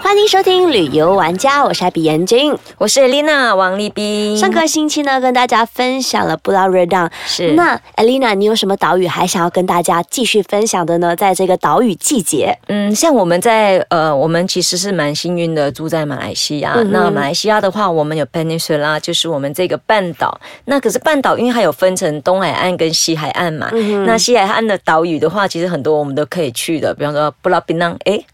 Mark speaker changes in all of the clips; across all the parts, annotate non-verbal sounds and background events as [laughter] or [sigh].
Speaker 1: 欢迎收听旅游玩家，我是 Happy 严晶。
Speaker 2: 我是 Lina 王立斌。
Speaker 1: 上个星期呢，跟大家分享了布拉瑞当。
Speaker 2: 是
Speaker 1: 那 Elena，你有什么岛屿还想要跟大家继续分享的呢？在这个岛屿季节，
Speaker 2: 嗯，像我们在呃，我们其实是蛮幸运的，住在马来西亚。
Speaker 1: 嗯哼
Speaker 2: 那马来西亚的话，我们有 peninsula，就是我们这个半岛。那可是半岛，因为它有分成东海岸跟西海岸嘛。
Speaker 1: 嗯
Speaker 2: 那西海岸的岛屿的话，其实很多我们都可以去的，比方说布拉槟榔，
Speaker 1: [laughs]
Speaker 2: 诶。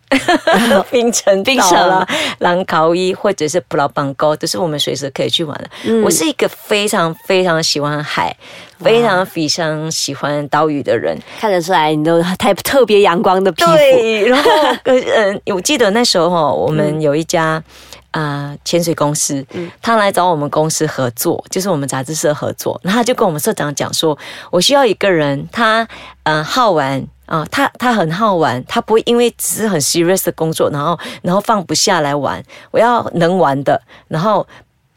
Speaker 2: 槟城、
Speaker 1: 槟城
Speaker 2: 啦、兰考伊或者是普拉邦沟，都是我们随时可以去玩的。
Speaker 1: 嗯
Speaker 2: 我是一个非常非常喜欢海、非常非常喜欢岛屿的人。
Speaker 1: 看得出来你 [laughs] 都太特别阳光的皮肤。
Speaker 2: 对，然
Speaker 1: [laughs]
Speaker 2: 后呃嗯，我记得那时候哈，我
Speaker 1: 嗯
Speaker 2: 们有一家。啊、潜水公司，他来找我们公司合作，就是我们杂志社合作。然后他就跟我们社长讲说，我需要一个人，他嗯、呃好玩啊、他他很好玩，他不会因为只是很 serious 的工作，然后然后放不下来玩。我要能玩的，然后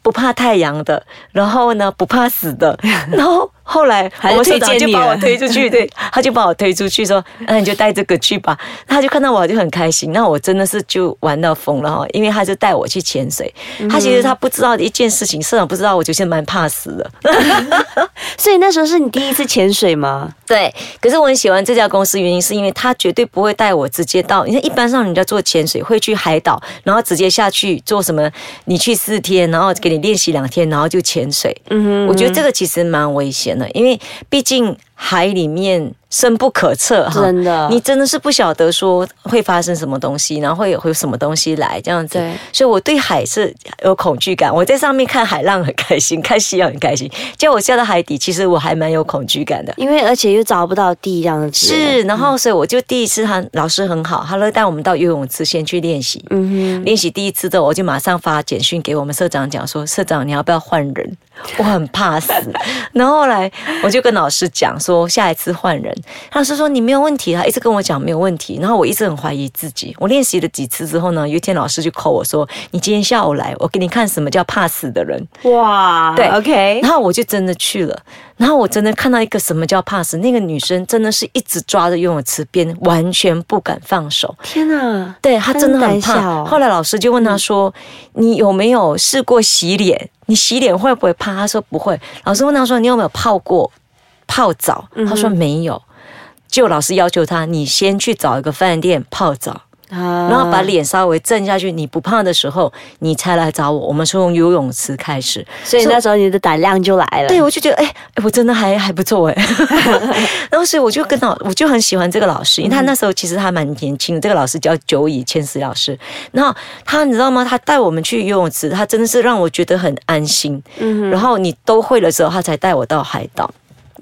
Speaker 2: 不怕太阳的，然后呢不怕死
Speaker 1: [laughs]
Speaker 2: 的。然后后来
Speaker 1: 还
Speaker 2: 我
Speaker 1: 是
Speaker 2: 们社长
Speaker 1: 推荐
Speaker 2: 就
Speaker 1: 你
Speaker 2: 把我
Speaker 1: 了
Speaker 2: 推出
Speaker 1: [laughs]
Speaker 2: 去，对，他就把我推出去说，那你就带这个去吧。他就看到我就很开心，那我真的是就玩到疯了哈，因为他就带我去潜水。他其实他不知道的一件事情，社长不知道，我就是蛮怕死的。
Speaker 1: 所以那时候是你第一次潜水吗？
Speaker 2: 对，可是我很喜欢这家公司，原因是因为他绝对不会带我直接到。你看，一般上人家做潜水会去海岛，然后直接下去做什么？你去四天，然后给你练习两天，然后就潜水。嗯哼，我觉得这个其实蛮危险的，因为毕竟海里面深不可测哈。
Speaker 1: 真的
Speaker 2: 你真的是不晓得说会发生什么东西，然后会有会有什么东西来这样子。
Speaker 1: 对
Speaker 2: 所以我对海是有恐惧感。我在上面看海浪很开心，看夕阳很开心，结果我下到海底，其实我还蛮有恐惧感的。
Speaker 1: 因为而且又找不到地这样子。
Speaker 2: 是，然后所以我就第一次他老师很好，他都带我们到游泳池先去练习。
Speaker 1: 嗯
Speaker 2: 练习第一次之后，我就马上发简讯给我们社长讲说：“社长，你要不要换人？ [laughs] 我很怕死。”然后后来我就跟老师讲说：“下一次换人。”老师说：“你没有问题啊。”一直跟我讲没有问题。然后我一直很怀疑自己。我练习了几次之后呢，有一天老师就 call 我说：“你今天下午来，我给你看什么叫怕死的人。”
Speaker 1: 哼，哇，
Speaker 2: 对
Speaker 1: ，OK，
Speaker 2: 然后我就真的去了，然后我真的看到一个什么叫怕死，那个女生真的是一直抓着游泳池边，完全不敢放 [laughs] 手。
Speaker 1: 天哪，
Speaker 2: 对她真的很
Speaker 1: 她
Speaker 2: 怕。
Speaker 1: 很胆小哦
Speaker 2: 后来老师就问她说：“你有没有试过洗脸？你洗脸会不会怕？”她说：“不会。”老师问她说：“你有没有泡过泡澡？”她说：“没有。”就老师要求她：“你先去找一个饭店泡澡。”
Speaker 1: 啊
Speaker 2: 然后把，脸稍微震下去，你不怕的时候，你才来找我。我们是从游泳池开始，
Speaker 1: 所以那时候你的胆量就来了。
Speaker 2: 对，我就觉得哎、哎我真的还还不错 [laughs] 哎、然后所以我就跟老，我就很喜欢这个老师，因为他那时候其实还蛮年轻的。这个老师叫久乙千石老师，然后他你知道吗？他带我们去游泳池，他真的是让我觉得很安心。然后你都会了之后，他才带我到海岛。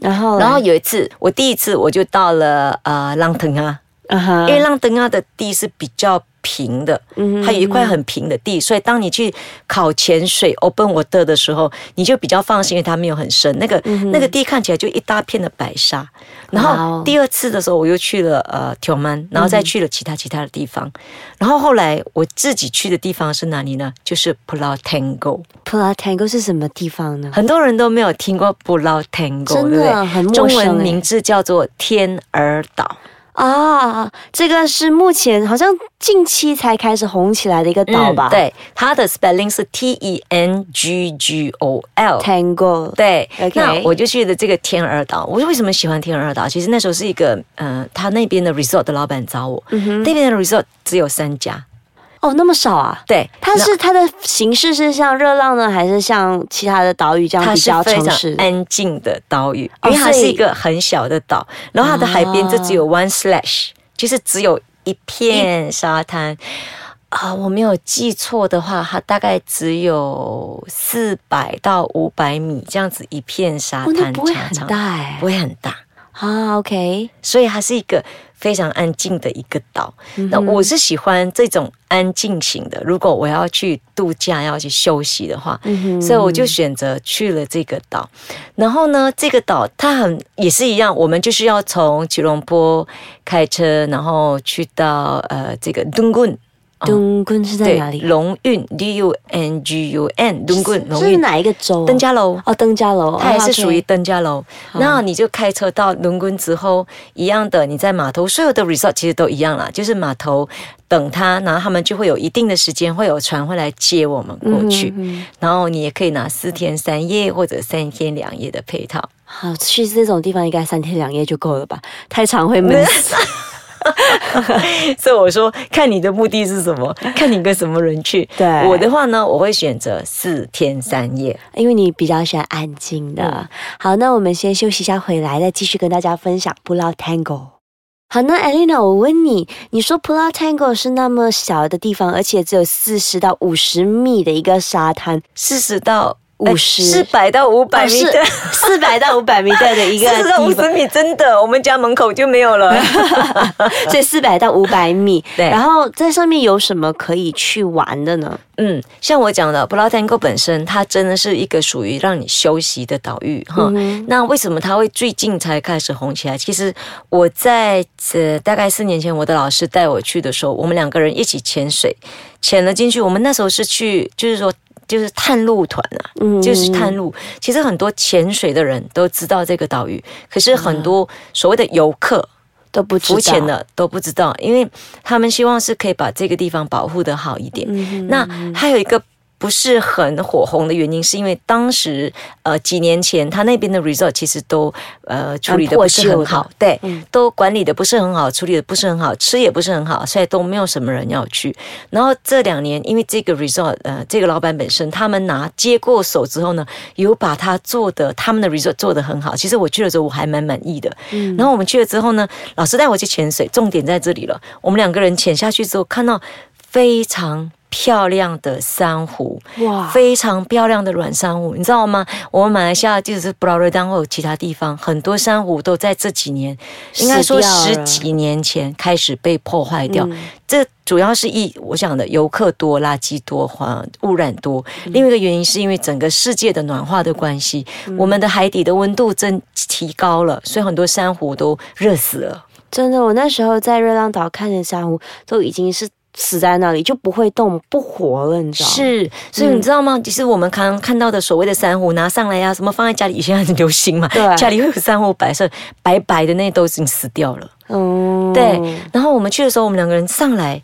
Speaker 1: 然后嘞，
Speaker 2: 然后有一次，我第一次我就到了呃浪腾啊，
Speaker 1: 啊哈
Speaker 2: 因为浪登亚的地是比较平的，
Speaker 1: 嗯
Speaker 2: 它有一块很平的地，所以当你去考潜水 open water 的时候，你就比较放心，因为它没有很深。那个、那个地看起来就一大片的白沙。然
Speaker 1: 嗯哇哦嗯
Speaker 2: 后第二次的时候，我又去了呃条曼，然后再去了其他其他的地方。然后后来我自己去的地方是哪里呢？就是 Pulau Tango，
Speaker 1: 普拉坦沟是什么地方呢？
Speaker 2: 很多人都没有听过 Pulau Tango，
Speaker 1: 真的
Speaker 2: 对不对？
Speaker 1: 很陌生
Speaker 2: 中文
Speaker 1: 欸
Speaker 2: 名字叫做天鹅岛。
Speaker 1: 啊，这个是目前好像近期才开始红起来的一个岛吧？
Speaker 2: 嗯对，它的 spelling 是 T E N G E G O L。
Speaker 1: ，Tango，
Speaker 2: 对
Speaker 1: OK
Speaker 2: 那我就去的这个天鹅岛。我为什么喜欢天鹅岛？其实那时候是一个，呃，他那边的 resort 的老板找我，那边的 resort 只有三家，
Speaker 1: 哦，那么少啊？
Speaker 2: 对，
Speaker 1: 它是它的形式是像热浪呢，还是像其他的岛屿这
Speaker 2: 那
Speaker 1: 样
Speaker 2: 它
Speaker 1: 比
Speaker 2: 是
Speaker 1: 较
Speaker 2: 非
Speaker 1: 城
Speaker 2: 常哎
Speaker 1: 市？
Speaker 2: 安静的岛屿，
Speaker 1: 哦
Speaker 2: 因为它
Speaker 1: 所以啊
Speaker 2: 是一个很小的岛，然后它的海边就只有 one slash，就是只有一片沙滩。啊、我没有记错的话，它大概只有四百到五百米这样子一片沙
Speaker 1: 哦，那
Speaker 2: 滩，
Speaker 1: 不会
Speaker 2: 长
Speaker 1: 很
Speaker 2: 长
Speaker 1: 大哎、
Speaker 2: 不会很大，
Speaker 1: 啊，OK，
Speaker 2: 所以它是一个非常安静的一个岛。
Speaker 1: 嗯
Speaker 2: 那我是喜欢这种安静型的，如果我要去度假、要去休息的话，所以我就
Speaker 1: 嗯
Speaker 2: 选择去了这个岛。然后呢，这个岛它很也是一样，我们就是要从吉隆坡开车，然后去到呃这个敦贡。
Speaker 1: 东棍是在
Speaker 2: 对
Speaker 1: 哪，里？
Speaker 2: 龙运 D U N G U N 龙棍龙
Speaker 1: 这是
Speaker 2: 运
Speaker 1: 哪一个州？
Speaker 2: 登嘉楼。
Speaker 1: 哦，登嘉楼，
Speaker 2: 它也是属于
Speaker 1: 哦
Speaker 2: 登嘉楼，那你就开车到伦敦之后，一样的，你在码头所有的 resort 其实都一样啦，就是码头等他，然后他们就会有一定的时间，会有船会来接我们
Speaker 1: 嗯
Speaker 2: 过去，然后你也可以拿四天三夜或者三天两夜的配套，
Speaker 1: OK 好，去这种地方应该三天两夜就够了吧？太长
Speaker 2: [laughs]
Speaker 1: 会闷死。
Speaker 2: 所以我说看你的目的是什
Speaker 1: [laughs]
Speaker 2: 么，看你跟什么人去。
Speaker 1: 对
Speaker 2: 我的话呢，我会选择四天三夜。
Speaker 1: 因为你比较喜欢安静的。
Speaker 2: 嗯
Speaker 1: 好，那我们先休息一下，回来再继续跟大家分享不老 Tango。好，那 Elena，我问你，你说 p u l a Tango 是那么小的地方，而且只有四十到五十米的一个沙滩，哦
Speaker 2: 四十到
Speaker 1: 50
Speaker 2: 四百到五百米的。
Speaker 1: [laughs] 四百到五百米的哦的
Speaker 2: [laughs]
Speaker 1: 一
Speaker 2: 四
Speaker 1: 个
Speaker 2: 十到五
Speaker 1: 地方
Speaker 2: 十，米，真的，我们家门口就没有
Speaker 1: [laughs]
Speaker 2: 了。 [laughs]
Speaker 1: 所以四百到五百米。
Speaker 2: 对
Speaker 1: 然后在上面有什么可以去玩的呢？
Speaker 2: 嗯，像我讲的，布拉丹沟本身它真的是一个属于让你休息的岛屿哈。
Speaker 1: 嗯
Speaker 2: 那为什么它会最近才开始红起来？其实我在呃大概四年前，我的老师带我去的时候，我们两个人一起潜水，潜了进去。我们那时候是去，就是说。就是探路团啊，
Speaker 1: 嗯
Speaker 2: 就是探路。其实很多潜水的人都知道这个岛屿，可是很多所谓的游客，
Speaker 1: 都不知道
Speaker 2: 浮潜的都不知道，因为他们希望是可以把这个地方保护的好一点。那还有一个。不是很火红的原因，是因为当时呃几年前，他那边的 resort 其实都呃处理的不是很好
Speaker 1: 破，
Speaker 2: 对，都管理的不是很好，处理的不是很好，吃也不是很好，所以都没有什么人要去。然后这两年，因为这个 resort 呃这个老板本身，他们拿接过手之后呢，有把它做的他们的 resort 做得很好。其实我去的时候我还蛮满意的，然后我们去了之后呢，老师带我去潜水，重点在这里了。我们两个人潜下去之后，看到非常漂亮的珊瑚，
Speaker 1: 哇
Speaker 2: 非常漂亮的软珊瑚，你知道吗？我们马来西亚就是布劳瑞丹或有其他地方，很多珊瑚都在这几年，应该说
Speaker 1: 死掉
Speaker 2: 十
Speaker 1: 了
Speaker 2: 几年前开始被破坏掉。
Speaker 1: 嗯
Speaker 2: 这主要是一我想的游客多、垃圾多、环污染多。
Speaker 1: 嗯
Speaker 2: 另外一个原因是因为整个世界的暖化的关系，
Speaker 1: 嗯
Speaker 2: 我们的海底的温度增提高了，所以很多珊瑚都热死了。
Speaker 1: 真的，我那时候在热浪岛看着珊瑚，都已经是死在那里，就不会动、不活了，你知道吗？
Speaker 2: 是，所以
Speaker 1: 嗯
Speaker 2: 你知道吗？其实我们常常看到的所谓的珊瑚拿上来呀、什么放在家里，以前很流行嘛，
Speaker 1: 对
Speaker 2: 家里会有珊瑚摆设，白白的那都已经死掉了。
Speaker 1: 嗯，
Speaker 2: 对，然后我们去的时候，我们两个人上来。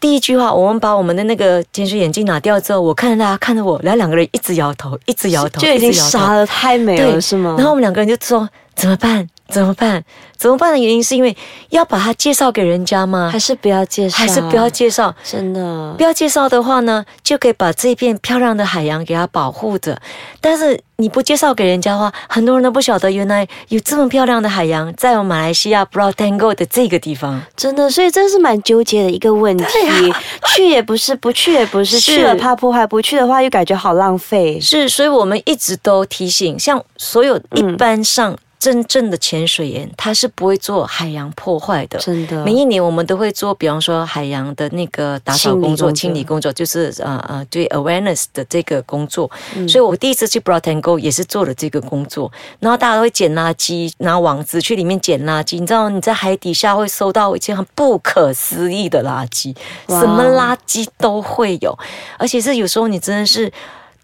Speaker 2: 第一句话，我们把我们的那个潜水眼镜拿掉之后，我看着他，看着我，然后两个人一直摇头，一直摇头，
Speaker 1: 就已经
Speaker 2: 一直摇头
Speaker 1: 杀了，太美
Speaker 2: 对，
Speaker 1: 了，是吗？
Speaker 2: 然后我们两个人就说怎么办？怎么办？怎么办的原因是因为要把它介绍给人家吗
Speaker 1: 还？是不要介绍，
Speaker 2: 还是不要介绍？
Speaker 1: 真的
Speaker 2: 不。要介绍的话呢，就可以把这片漂亮的海洋给它保护着。但是你不介绍给人家的话，很多人都不晓得原来有这么漂亮的海洋，在我们马来西亚 b r o t a n g o 的这个地方。
Speaker 1: 真的，所以真是蛮纠结的一个问题。 [laughs] 去也不是，不去也不是，
Speaker 2: 是
Speaker 1: 去了怕破坏，不去的话又感觉好浪费。
Speaker 2: 是，所以我们一直都提醒，像所有一
Speaker 1: 嗯
Speaker 2: 般上真正的潜水员，他是不会做海洋破坏嗯的。
Speaker 1: 真的，
Speaker 2: 每一年我们都会做，比方说海洋的那个打扫工作、
Speaker 1: 清
Speaker 2: 清
Speaker 1: 理
Speaker 2: 理工作，就是呃呃对 awareness 的这个工作。所以我第一次去 b r o t a n Go 也是做了这个工作，然后大家都会捡垃圾，拿网子去里面捡垃圾。你知道你在海底下会收到一些很不可思议的垃圾，
Speaker 1: 哇
Speaker 2: 什么垃圾都会有，而且是有时候你真的是。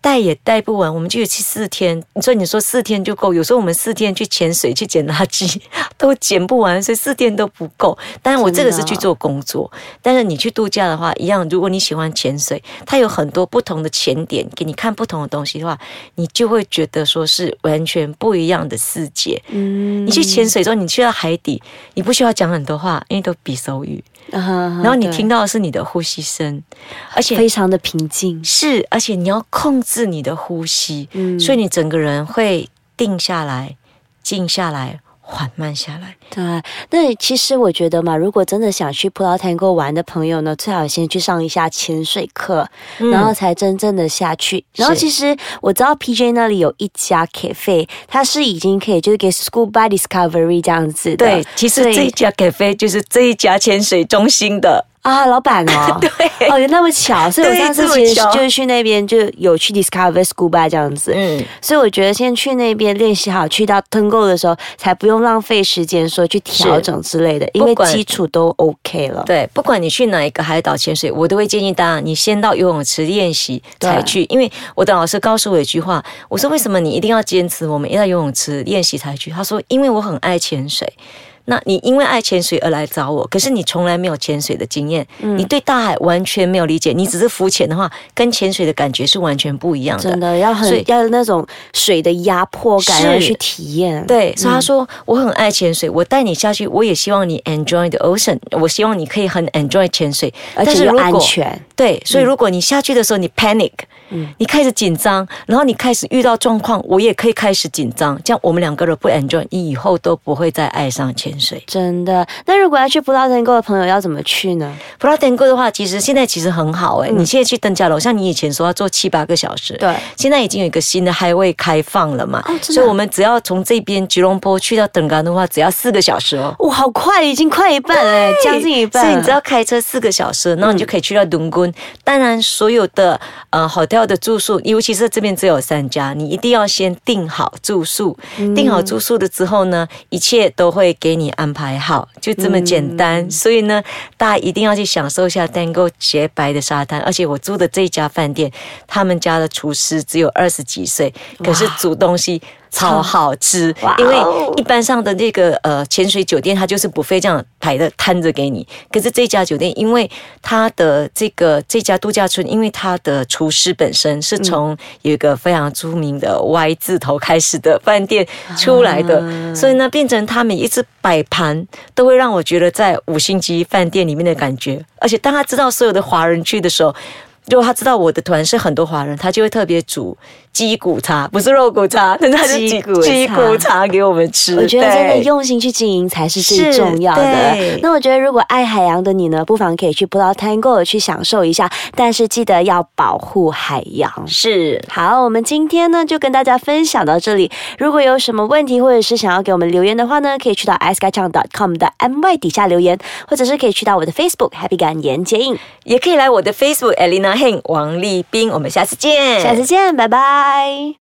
Speaker 2: 带也带不完，我们就有去四天。你说你说四天就够，有时候我们四天去潜水、去捡垃圾 [laughs] 都捡不完，所以四天都不够。当然我这个是去做工作，但是你去度假的话，一样，如果你喜欢潜水，它有很多不同的潜点，给你看不同的东西的话，你就会觉得说是完全不一样的世界。
Speaker 1: 嗯
Speaker 2: 你去潜水之后，你去到海底，你不需要讲很多话，因为都比手语，
Speaker 1: 然
Speaker 2: 然后你听到的是你的呼吸声，而且
Speaker 1: 非常的平静，
Speaker 2: 是，而且你要控制你的呼吸，所以你整个人会定下来、静下来、缓慢下来。
Speaker 1: 对，那其实我觉得嘛，如果真的想去葡萄糖沟玩的朋友呢，最好先去上一下潜水课，然后才真正的下去。然后
Speaker 2: 嗯是
Speaker 1: 其实我知道 PJ 那里有一家 cafe，它是已经可以就是给 Scuba Discovery 这样子的。
Speaker 2: 对，其实
Speaker 1: 所以
Speaker 2: 这一家 cafe 就是这一家潜水中心的
Speaker 1: 啊，老板
Speaker 2: [laughs]
Speaker 1: 哦，
Speaker 2: 对
Speaker 1: 哦，有那么巧，所以我
Speaker 2: 对
Speaker 1: 上次
Speaker 2: 这么
Speaker 1: 其实
Speaker 2: 巧
Speaker 1: 就是去那边就有去 Discover Scuba 这样子，
Speaker 2: 嗯，
Speaker 1: 所以我觉得先去那边练习好，去到 Tango 的时候，才不用浪费时间说去调整之类的，因为
Speaker 2: 不管
Speaker 1: 基础都 OK 了。
Speaker 2: 对，不管你去哪一个海岛潜水，我都会建议大家，你先到游泳池练习
Speaker 1: 对
Speaker 2: 才去。因为我的老师告诉我一句话，我说为什么你一定要坚持我们要到游泳池练习才去？他说因为我很爱潜水。那你因为爱潜水而来找我，可是你从来没有潜水的经验，你对大海完全没有理解，你只是浮潜的话，跟潜水的感觉是完全不一样的。
Speaker 1: 真的要
Speaker 2: 所
Speaker 1: 很
Speaker 2: 以
Speaker 1: 要有那种水的压迫感，
Speaker 2: 是
Speaker 1: 要去体验。
Speaker 2: 对，所以他说、我很爱潜水，我带你下去，我也希望你 enjoy the ocean，我希望你可以很 enjoy 潜水，
Speaker 1: 而
Speaker 2: 但
Speaker 1: 且
Speaker 2: 是
Speaker 1: 又
Speaker 2: 如
Speaker 1: 安
Speaker 2: 果
Speaker 1: 全。嗯
Speaker 2: 对，所以如果你下去的时候你 panic，、你开始紧张，然后你开始遇到状况，我也可以开始紧张，这样我们两个人不 enjoy，你以后都不会再爱上潜水。
Speaker 1: 真的，那如果要去不拉登沟的朋友要怎么去呢？
Speaker 2: 普拉登哥的话，其实现在其实很好哎、你现在去登嘉楼，像你以前说要坐七八个小时，
Speaker 1: 嗯对，
Speaker 2: 现在已经有一个新的 highway 开放了嘛，
Speaker 1: 哦真的啊
Speaker 2: 所以我们只要从这边吉隆坡去到登嘉的话，只要四个小时哦。
Speaker 1: 哇，好快，已经快一半了，将近一半了。
Speaker 2: 所以你只要开车四个小时，然后你就可以去到敦敦。当然，所有的呃 hotel 的住宿，尤其是这边只有三家，你一定要先订好住宿。
Speaker 1: 嗯
Speaker 2: 订好住宿了之后呢，一切都会给你安排好，就这么简单。
Speaker 1: 嗯
Speaker 2: 所以呢，大家一定要去享受一下 Dango 洁白的沙滩。而且我住的这一家饭店，他们家的厨师只有二十几岁，可是煮东西。超好吃
Speaker 1: 哇，
Speaker 2: 因为
Speaker 1: 哦
Speaker 2: 一般上的那个呃潜水酒店，它就是不费这样排的摊着给你。可是这家酒店，因为它的这个这家度假村，因为它的厨师本身是从有一个非常著名的 Y 字头开始的饭店出来的，所以呢，变成他们一直摆盘，都会让我觉得在五星级饭店里面的感觉。而且当他知道所有的华人去的时候，如果他知道我的团是很多华人，他就会特别煮鸡骨茶，不是肉骨茶，但是 [laughs] 他是
Speaker 1: 鸡
Speaker 2: 鸡
Speaker 1: 骨茶
Speaker 2: 鸡骨茶给我们吃。
Speaker 1: 我觉得真的
Speaker 2: 对
Speaker 1: 用心去经营才是最
Speaker 2: 是
Speaker 1: 重要的
Speaker 2: 对。
Speaker 1: 那我觉得，如果爱海洋的你呢，不妨可以去 Blue Tango 去享受一下，但是记得要保护海洋。
Speaker 2: 是。
Speaker 1: 好，我们今天呢就跟大家分享到这里。如果有什么问题或者是想要给我们留言的话呢，可以去到 i s k y c h a n g c o m 的 my 底下留言，或者是可以去到我的 Facebook Happy 感言接应。
Speaker 2: 也嗯可以来我的 Facebook Elena Heng 王立斌，我们下次见，
Speaker 1: 下次见，拜拜。